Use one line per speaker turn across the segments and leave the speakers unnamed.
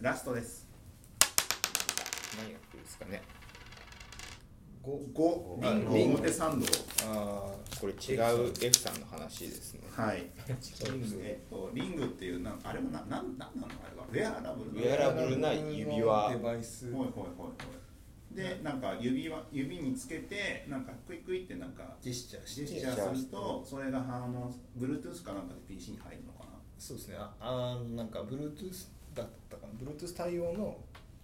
ラストです
何やってるんですかね
五リ
あ
ンゴ
リンゴ
表参道
ああこれ違う F さんの話ですね
はい
リング
えっとリングっていうなんあれもななんなんなのあれはウェアラブル
ウェアラブルな指輪
デバイス
はいはいはいはいでなんか指は指につけてなんかクイクイってなんか
ジェスチャー
ジ
し
ェスチャーするとそれが反応 Bluetooth かなんかで PC に入るのかな
そうですねああーなんか Bluetooth だったかな Bluetooth 対応の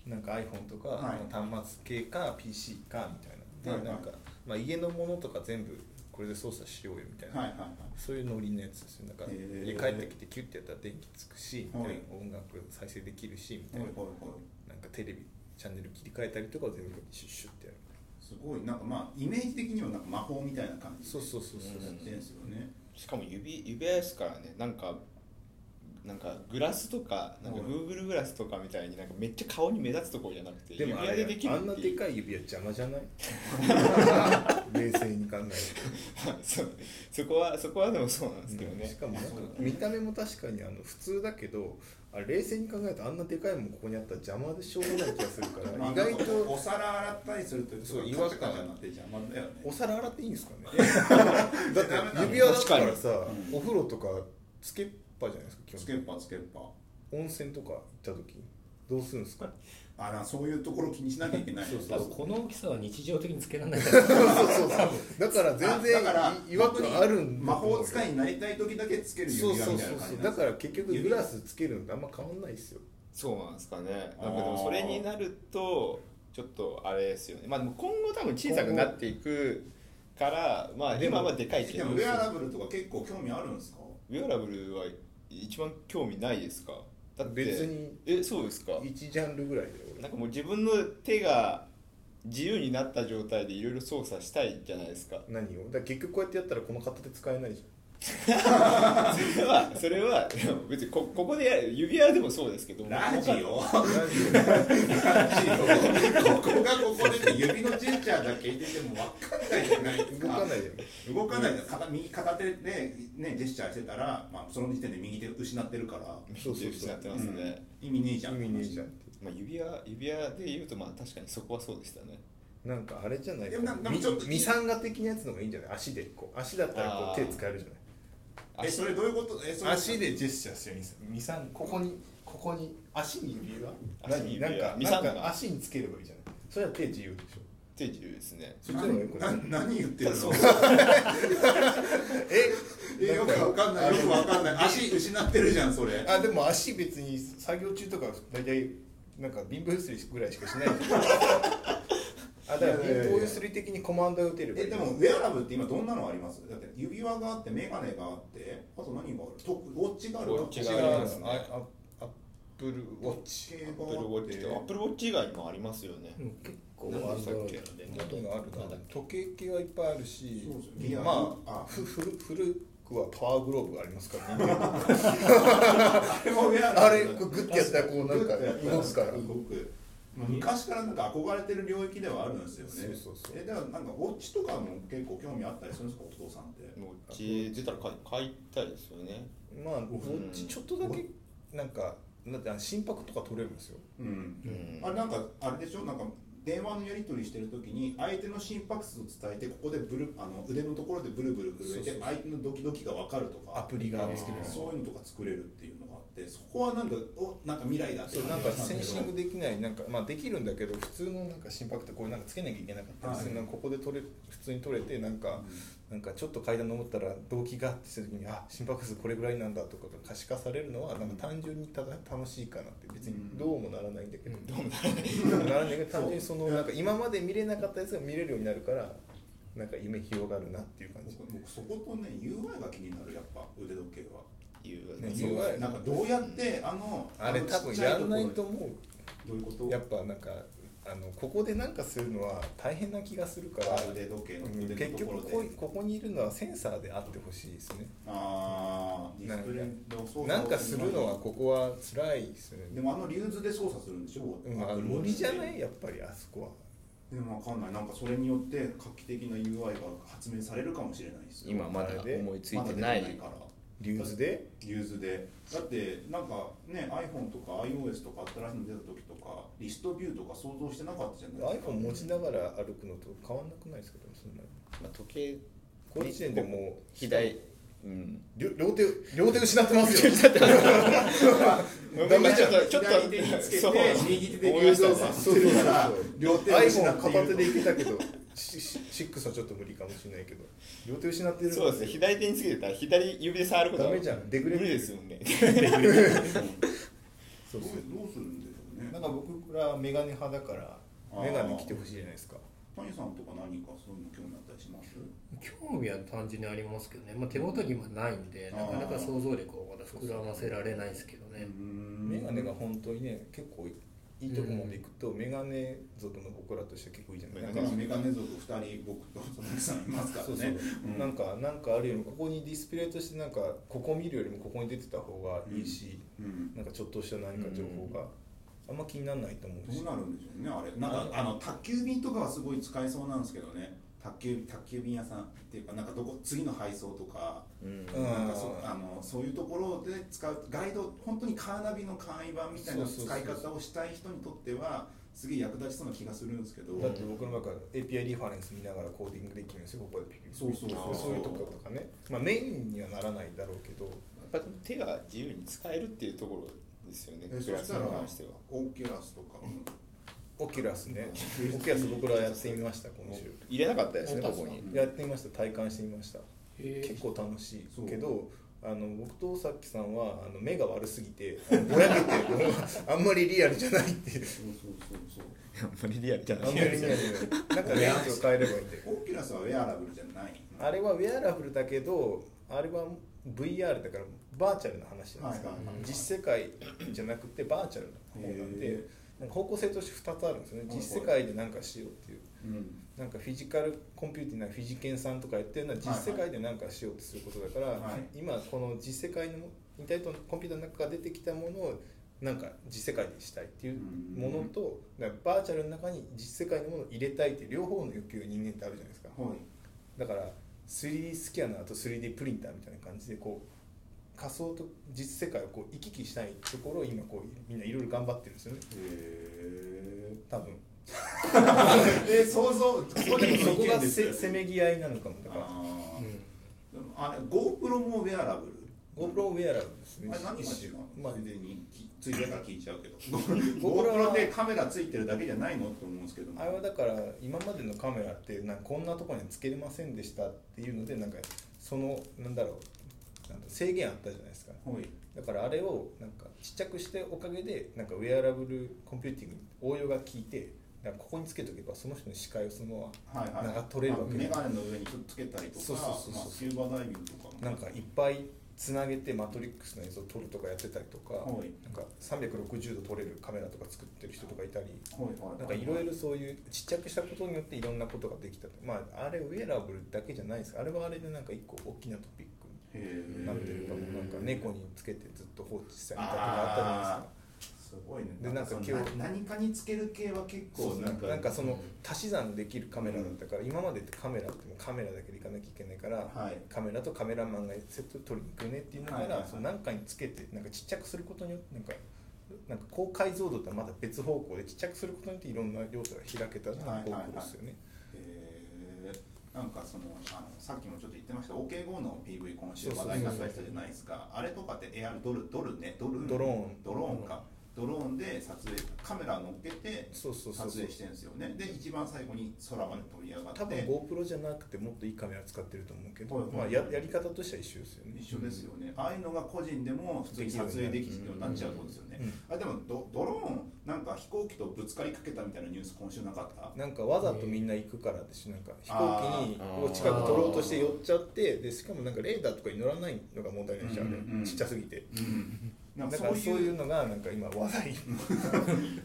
なんか iPhone とか、
はい
あの端末系か PC かみたいなで、
はいはい
なんか、まあ、家のものとか全部これで操作しようよみたいな、
はいはいはい
そういうノリのやつですよなんか
へー
家帰ってきてキュッてやったら電気つくし、みたいな
はい
音楽再生できるしみたい
はい
な,、
はいはい
なんかテレビチャンネル切り替えたりとかを全部シュッシュってやる
すごいなんかまあイメージ的にはなんか魔法みたいな感じで
そうそうそうそう、
やってんすよね
しかも指指輪ですからねなんかなんかグラスとかなんか
はい
Google グラスとかみたいになんかめっちゃ顔に目立つところじゃなくて
でもあれ
指輪でできる
あ
っていうん
なでかい指輪邪魔じゃない 冷静に考えると
そうそこはそこはでもそうなんですけどね、
しかもなんか
そうだね
見た目も確かにあの普通だけどあれ冷静に考えるとあんなでかいもんここにあったら邪魔でしょうがない気がするか
ま
ら
あ
意
なん
外
かお
と
皿洗ったりすると
そう
なんか
違和感
カチャカチャなって邪魔だよね
お皿洗っていいんですかねだって指輪だったらさ
確かに
お風呂とかつけっぱじゃないですか基本
つ
的
けっ
に
ぱつけっぱ
温泉とか行った時どうするんですか
あらそういうところ気にしなきゃいけない
そう
多
そう
分この大きさは日常的につけられ な い
そうそうそうだから全然
あだから
い違和感あるんだ
魔
と思うよ
法使いになりたい時だけつける
そう
指輪
そう
み
そ
たいな感
うそ
じ
う
な
だ
んですね
から結局グラスつけるのとあんま変わんないですよ
そうなんですかねなんかでもそれになるとちょっとあれですよねまあでも今後多分小さくなっていくからまあ
でも
今はでかいけ
で
ど
もウェアラブルとか結構興味あるんですか
ウェアラブルは一番興味ないですかだって
別に
えそうですか
1ジャンルぐらいで俺
なんかもう自分の手が自由になった状態でいろいろ操作したいじゃないですか
何をだから結局こうやってやったらこの片手使えないじ
それはそれはでも別にこここでやる指輪でもそうですけど
ラジオ
ゃんラジオ
ラジオここがここでって指のジェスチャーだけ入れても分かんないじゃないです
動かな
い
いじゃん
動かないじゃん片右片手で、ね、ジェスチャーしてたら、まあ、その時点で右手失ってるから、
そうそうそう
失ってますね、
意味ねえじゃん
意味ねえじゃんっ
まあ、指輪指輪で言うとまあ確かにそこはそうでしたね
てなんかあれじゃない
でもなんかちょっと
ミサンガ的なやつの方がいいんじゃない足でこう足だったらこ
あ
う
ー
手使えるじゃない
えそれどういうことえそれ
足でジェスチャーしてるミサンここにここに足に指輪
足に指輪
何なんか
ミサンガ
なんか足につければいいじゃないそれは手自由でしょ
手自由ですね
そっちの方がよくない
な 何言ってるの
え
えよくわかんないよくわかんない足失ってるじゃんそれ
あでも足別に作業中とか大体なんか貧乏ゆすりぐらいしかしないじゃんあだから貧乏ゆすり的にコマンドを打てればい
え
い
でもウェアラブルって今どんなのありますだって指輪があって眼鏡があってあと何があるとウォッチがある
ウォッチがあ
ウ
り
ォ
ますね
ああアップルウォッチ
系があ
アップルウォッチとアッ
って
プルウォッチ以外にもありますよね、
うん結構
何でしたっけ
アンドロイド
あと
で
がある
まだ
な時計系はいっぱいあるし
そうそうリアル
ま
あ
あふふ古くはパワーグローブがありますからね
あれもウェア
あ
ラブ
れ
ル
こうグッてやったらこうなんか動くから
動く昔からなんか憧れてる領域ではあるんですよね
そうそうそう
えだからなんかウォッチとかも結構興味あったりするんですかお父さんって
もうち出たら買い買いたいですよね
まあウォッチちょっとだけなんかだってあの心拍とか取れるんですよ
うん
うん
あれなんかあれでしょなんか電話のやり取りしてるときに相手の心拍数を伝えてここでブルあの腕のところでブルブル震え
そうそう
て相手のドキドキが分かるとか
アプリがあるんですけど
そういうのとか作れるっていうのがあってそこはなんかおなんか未来だって
そうなんかセンシング
グ
できないなんかまあできるんだけど普通のなんか心拍ってこれなんかつけなきゃいけなかったりする
はい
なんかここで取れ普通に取れてなんかなんかちょっと階段登ったら動機がってした時にあ心拍数これぐらいなんだとかが可視化されるのはなんか単純にただ楽しいかなって別にどうもならないんだけど、
うん
どうもならないけど単純にそのなんか今まで見れなかったやつが見れるようになるからなんか夢広がるなっていう感じ
僕僕そことね UI が気になるやっぱ腕時計は
いう
ね
そう
UI
なんかどうやってあの
あれ
の
多分やんない
ちっち
と
ゃこ
思う
ろにどういうこと
やっぱなんかあのここでなんかするのは大変な気がするから
あ腕時計の
うん
腕
結
のとこ
局
ろ
こ
で
ここにいるのはセンサーであってほしいですね
ああディスプレイの操作を
なんかするのはここは辛いですね
でもあの流図で操作するんでしょ、
うんまあ
Apple Watch
無理じゃないやっぱりあそこは
でもわかんないなんかそれによって画期的な UI が発明されるかもしれないですよ
今まだ
あれで
思いついてな
ま
い
だ出てから
リューズで
ユーズでだってなんかね iPhone とか iOS とか新しいの出た時とかリストビューとか想像してなかったじゃないですか
iPhone 持ちながら歩くのと変わんなくないですかでもそんな
まあ、時計
この時点でもう
左うん
両両手 両手失ってますよ
なんかちょっとちょっと
左手につけ
そう
て右手で
思い
流
ました
動させてるから
そうそうそう
両手を失
iPhone
ってい
片手
る
でいけたけどシシ6はちょっと無理かもしれないけど両手失ってる
そうですね左手につけてたら左指で触ることは
ダメじゃんデグレ
無理ですもんね
そうそう
どうどうするんでしょうね
なんか僕らメガネ派だから
あー
メガネ着てほしいじゃないですか
谷さんとか何かそういうの興味あったりします
興味は単純にありますけどね、まあ、手元に今ないんで
あ
な
ー
かなか想像力をまだ膨らませられないですけどね、
メガネが
う
本当にね結構いいとこまでいくと、メガネ族の僕らとしては結構いいじゃない
ーんだ
なん
か
から
メガネ族2人僕と佐々木さんいますからね
そうそう、
ん
なんかなんかあるよりもここにディスプレイとしてなんかここ見るよりもここに出てた方がいいし、
うん
なんかちょっとした何か情報があんま気にならないと思う
ど
し、
うなるんでしょうねあれなんかあの宅急便とかはすごい使えそうなんですけどね宅急宅急便屋さんっていうかなんかどこ次の配送とか,、
うん
うん
なんかそあのそういうところで使うガイド本当にカーナビの簡易版みたいな
そうそ
使
うそう
い方をしたい人にとってはすげえ役立ちそうな気がするんですけど、
だって僕の中で API リファレンス見ながらコーディングできるんですよここでピピピ
そうそうそう
そういうとことかねまあメインにはならないだろうけど
やっぱ手が自由に使えるっていうところですよね
え
ク
そ
ラ
し
ス
た
に
ら
関しては
オーキュラスとかも
オキュラス ねオキュラス僕らやってみました今週
入れなかったですね
オ
こ
ータス
こに
うん
やってみました体感してみました
へー
結構楽しい
そう
けどあの僕とさっきさんはあの目が悪すぎてあのぼやけてもうあんまりリアルじゃないっていう
そうそうそうそう
あんまりリアルじゃ
あんまりリアルじゃないなんかレンズを変えればいいんで
オーキュラスはウェアラブルじゃない
あれはウェアラブルだけどあれは VR だからバーチャルな話じゃないですか、
はいはいはい
実世界じゃなくてバーチャルな方なん
へ
で
ー
なんか方向性として2つあるんですよね
はいはい
実世界で何かしようっていう
うん
なんかフィジカルコンピューティングなフィジケンさんとかやってるのは実世界で何かしようとすることだから、
はいはい
今この実世界のインターネットのコンピューターの中から出てきたものをなんか実世界にしたいっていうものとだからバーチャルの中に実世界のものを入れたいっていう両方の欲求が人間ってあるじゃないですか、
はい
だから 3D スキャナーと 3D プリンターみたいな感じでこう仮想と実世界をこう行き来したいところを今こうみんないろいろ頑張ってるんですよね
へ
多分
ー え想像個人
そ
の意
こが
見で
せ
す
せめぎ合いなのかもだから
あ
うん
ーでもあれ GoPro もウェアラブル
GoPro ウェアラブルですね
あれ何が
一
違
種
うの、
まあ
ついでにきついでから聞いちゃうけど
GoPro は
GoPro でカメラついてるだけじゃないのって思うんですけども
あれはだから今までのカメラってなんかこんなところにつけれませんでしたっていうのでなんかそのなんだろうなんだ制限あったじゃないですか
はい
だからあれをなんかちっちゃくしておかげでなんかウェアラブルコンピューティングに応用が効いてなんかここにつけとけばその人の視界をそのま
はいはい
長取れるわけ
メガネの上にちょっとつけたりとか
そうそうそうそう
まあ、スキューバダイビングとかも
まなんかいっぱいつなげてマトリックスの映像を撮るとかやってたりとか
はい
なんか360度撮れるカメラとか作ってる人とかいたり
はいはい
なんかいろいろそういうちっちゃくしたことによっていろんなことができたとまああれウェアラブルだけじゃないですあれはあれでなんか一個大きなトピック
へー
になってるかもなんか猫につけてずっと放置したりとかあったじゃないですか。
すごいね
でなんか
その
今日
な何かにつける系は結構
そう
な
なんん
か
かその足し算できるカメラだったから、今までってカメラってもうカメラだけで行かなきゃいけないから、
はい
カメラとカメラマンがセットで撮りに行くねっていうのから、
はいはいはい
その何かにつけてなんかちっちゃくすることによってなんかなんか高解像度とはまた別方向でちっちゃくすることによっていろんな用途が開けたっていう
はいはいはい
方向ですよね。
へーなんかそのあのさっきもちょっと言ってました OKGO の PV 今週話題になった人じゃないですかあれとかって AR ドルドルねドル
ドローン
ドローンかドローンで撮影カメラ乗っけて
そうそうそう
撮
そう
影してるんですよねで一番最後に空まで飛び上がって
多分 GoPro じゃなくてもっといいカメラ使ってると思うけど、
はいはい
まあ、ややり方としては一緒ですよね。
一緒ですよね、ああいうのが個人でも普通に撮影できるようになっちゃうってことですよね、
うん
あでもドドローンなんか飛行機とぶつかりかけたみたいなニュース今週なかった
なんかわざとみんな行くからですしなんか飛
あー
行機にを近く取ろうとして寄っちゃってでしかもなんかレーダーとかに乗らないのが問題なんですよ、あれ
うんうんうん
ちっちゃすぎて
うんな
だ
ん
か
から
そう
そうい
いううのがなんか今話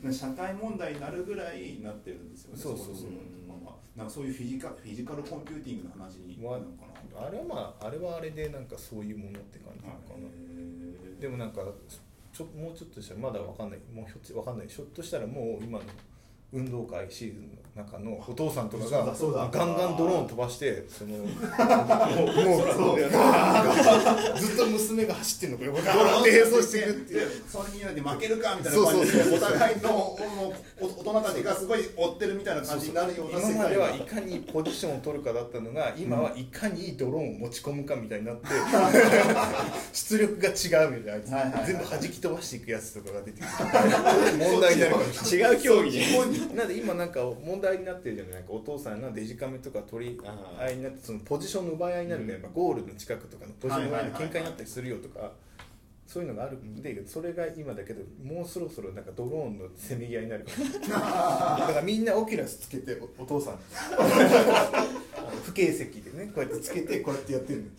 題
社会問題になるぐらいになってるんですよね
そうそうそう
この部分とかがなんかそういうフィジカフィジカルコンピューティングの話になるのかな
あれはまああれはあれでなんかそういうものって感じなのかな、でもなんかちょもうちょっとしたらまだわかんないもうひょっとわかんないひょっとしたらもう今の運動会シーズンの中のお父さんとか
そうだそうだ
がガンガンドローン飛ばしてそ のもう
そうだよ
ずっと娘が走ってるのこ れドローンって並走していくっていう。
それになんて負けるかみたいな感じで
そうそう
お互いのおお大人たちがすごい追ってるみたいな感じになるような
今まで
が
はいかにポジションを取るかだったのが今はいかにドローンを持ち込むかみたいになって出力が違うみたいな
はいはい
あ
はい
いつ全部弾き飛ばしていくやつとかが 出てきて問題になるかもしれない
違う競技で
なんで今なんか問題になってるじゃないなんかお父さんがデジカメとか取り
あー
合いになってそのポジションの奪い合いになるみたいな、ゴールの近くとかのポジションの奪い合いの
はいはいはい
喧嘩になったりするよとかそういうのがあるんでそれが今だけどもうそろそろなんかドローンのせめぎ合いになるかもしれない だからみんなオキュラスつけておお父さん不形石でねこうやってつけてこうやってやってるの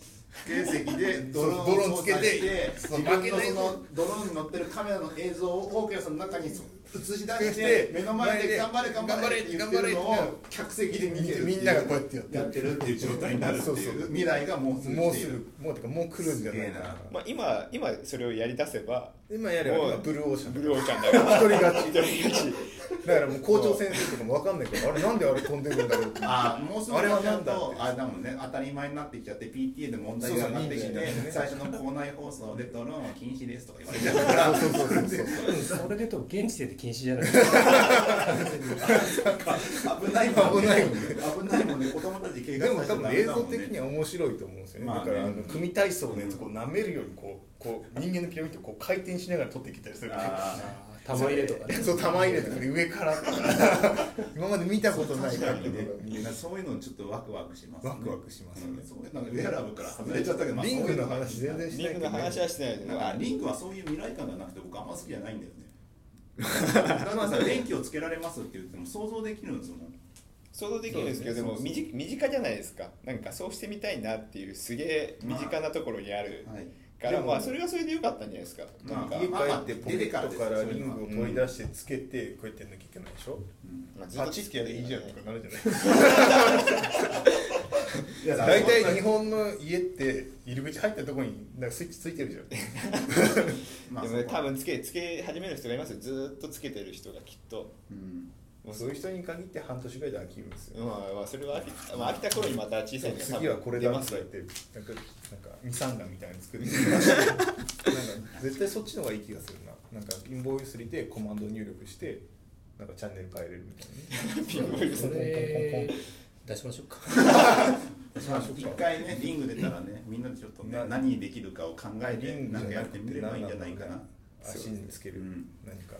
原石でドロ
そうド
ー
ロー
ン
ン
を
を
操
つけ
作
て
して
そ
自
う
分
負け
の
な
そ
いよ
のドローンに乗ってるカメラの映像をオーケラさんの中に映し出して目の前で頑張れ頑張れって言ってるの
頑張れ
を客席で見てるっていう
みんながこうやってやってる
やってるっていう状態になるって
そうそ
いう
う
未来がもうすぐ
もう
来てい
す
る
ぐもうてかもう来るんじゃないかな
す
まあ、今今それをやり出せば
今やれば
もう
今ブルーオーシャン
ブルーオーシャンだから
一人勝ち
一人勝ち
だからもう校長先生とかも分かんないからあれなんであれ飛んでるんだろうって
あーもうすぐ
あれ
や
は
っちゃ
な
うん
だ
とあれだもんね当たり前になってきちゃって PTA で問題が上がってき
そうそう
て
人数がね
最初の校内放送でドローンは禁止ですとか言われちゃうから
そうそうそうそう
それでと現時点で禁止じゃない
危ないもんね
危ないもんね
危ないもんね子供たち怪
で
我
も
させちゃダ
多分
メ
映
だも
像
んね
的には面白いと思うんですよね、
まあね
だからあの組体操のやつこう舐めるようにこうこう人間のピラミッドをこう回転しながら取ってきたりする
あー
玉入れとかね
そう玉入れとかで上から とか今まで見たことない角度が見える
そういうのちょっとワクワクします、
ワクワクしますね
うんそうなんかウェアラブから外れちゃったけど、
リングの話全然し
リ
な
ン
い
グ
け
の
ど、
話はしてないけ
な
ど
んか
あ
リングはそういう未来感がなくて僕あんま好きじゃないんだよねだってさ電気をつけられますって言っても想像できるんですもん
想像できるんですけどで
そう
も
ですね
身近身近じゃないですかなんかそうしてみたいなっていうすげえ身近なところにある
はい
から
でも
まあそれはそれでよかったんじゃないですか
まあ
なんか
家帰ってポケットからリングを取り出してつけてこうやってやんなきゃいけないでしょ、
まあずっ
パ
と
チッてやればいいじゃんとかなるじゃない
いや
大体日本の家って入り口入ったところになんかスイッチついてるじゃん
まあ
で
そこ
もね
は
多分つけつけ始める人がいますよずーっとつけてる人がきっと
うん
もうそういう人に限って半年ぐらいで飽きるんですよ、
まあまあそれは飽きた,、まあ、飽きた頃にまた小さいのが多分
次はこれ
出
だ
ま
と
す
か
よ
言ってなんかなんかミサンガみたいなの作ってなんか絶対そっちの方がいい気がするななんかインボイスリでコマンド入力してなんかチャンネル変えれるみたいなね
ピンボイ
そ
ス
れ出しましょうか
一回ねリング出たらねみんなでちょっとね
な
何できるかを考え
リ
て
ング
なんか
じゃ
やっ
なく
て
て
みればいいんじゃないかな
足につける
うん
何か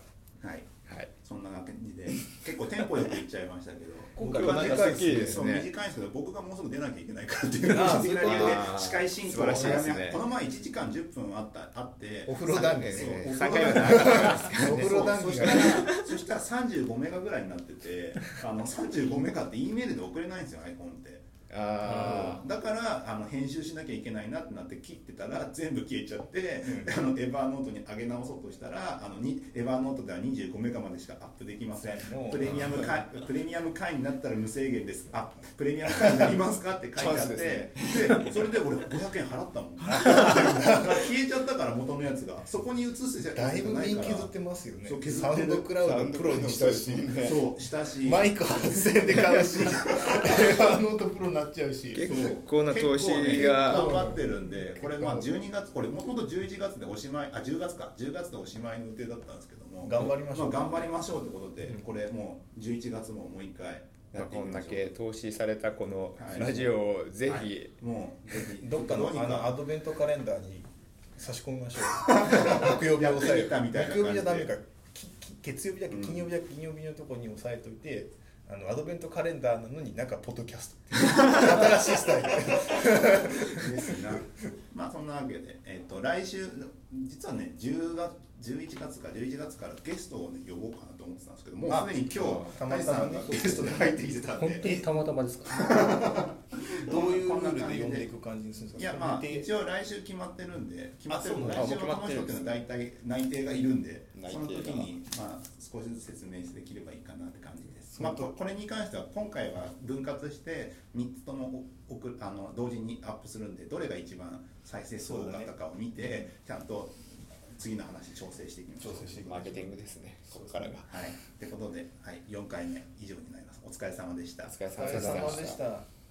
はい
はい
そんな感じで結構テンポよくいっちゃいましたけど
今回
僕
は
は
短いっすね
そう短いんですけど僕がもうすぐ出なきゃいけないからっていう
あー
理由で
そういう
こと
司会進行を
素晴らしいですね
この前1時間10分あったあって
お風呂断念
そう
ね
お
3
風
回
呂
は
断念
長かったです
お風呂談
そ
義
し
が
たらそしたら35メガぐらいになっててあの35メガって E メールで送れないんですよ iPhone って
あ
だからあの編集しなきゃいけないなってなって切ってたら全部消えちゃって、あのエヴァーノートに上げ直そうとしたらあのにエヴァーノートでは25メガまでしかアップできません
もう
プレミアム会プレミアム会になったら無制限ですあプレミアム会になりますかって書いてあって
チャ
で,、それで俺500円払った もんだから消えちゃったから元のやつがそこに移すじゃ
だいぶ
ない
身
から
削ってますよね
そう削
サ
って
ウ
る
ンドクラウドプロにしたし
ね
そうしたし
マイク8000円で買うしエヴァノートプロになっちゃうし
結構な投資が
結構ね頑張ってるんでこれまあ12月これもともと11月でおしまいあ10月か10月でおしまいの予定だったんですけども
頑張りましょう
あ頑張りましょうってことで、これもう11月ももう一回
あ
やってい
こ
き
ん
ま
だ
しょ
け投資されたこの
はい
ラジオを
う
ぜ
はい
ひ、
もうぜひ
どっかの
どうに
あのアドベントカレンダーに差し込みましょ う。木曜日を抑え
やってみ
る
たみたいな感じで
木曜日じゃダメか。きき月曜日だけ金曜日だけ金曜日のところに押さえといて、あのアドベントカレンダーなのになんかポッドキャストっていう新しいスタイル。
ですな まあそんなわけで、えっと来週実はね10月11月か11月からゲストを、ね、呼ぼうかなと思ってたんですけどもうすでに今日
た
谷
また
さ
まね
んがゲストで入ってきてたん
本当に
で
たまたまですか
どういうル
こんな
ール
感じ
で呼んでいく感じにするんですか。
いやまあ
それで
一応来週決まってるんで決まってる
あそ
来
う
なんだ
週のこの人っていうのは大体内定がいるんで
内定
そ
が
の時にまあ少しずつ説明できればいいかなって感じですまあここれに関しては今回は分割して3つともお送あの同時にアップするんでどれが一番再生数多かったかを見てちゃんと次の話調整していきましょう
調整していき
マ
ま
ー
し
ケ
ょう
ティングですねここからが
はいってことで、はい、4回目以上になりますお疲れ様でした
お疲れ
お
様
疲れ
で
様
し
で
た
した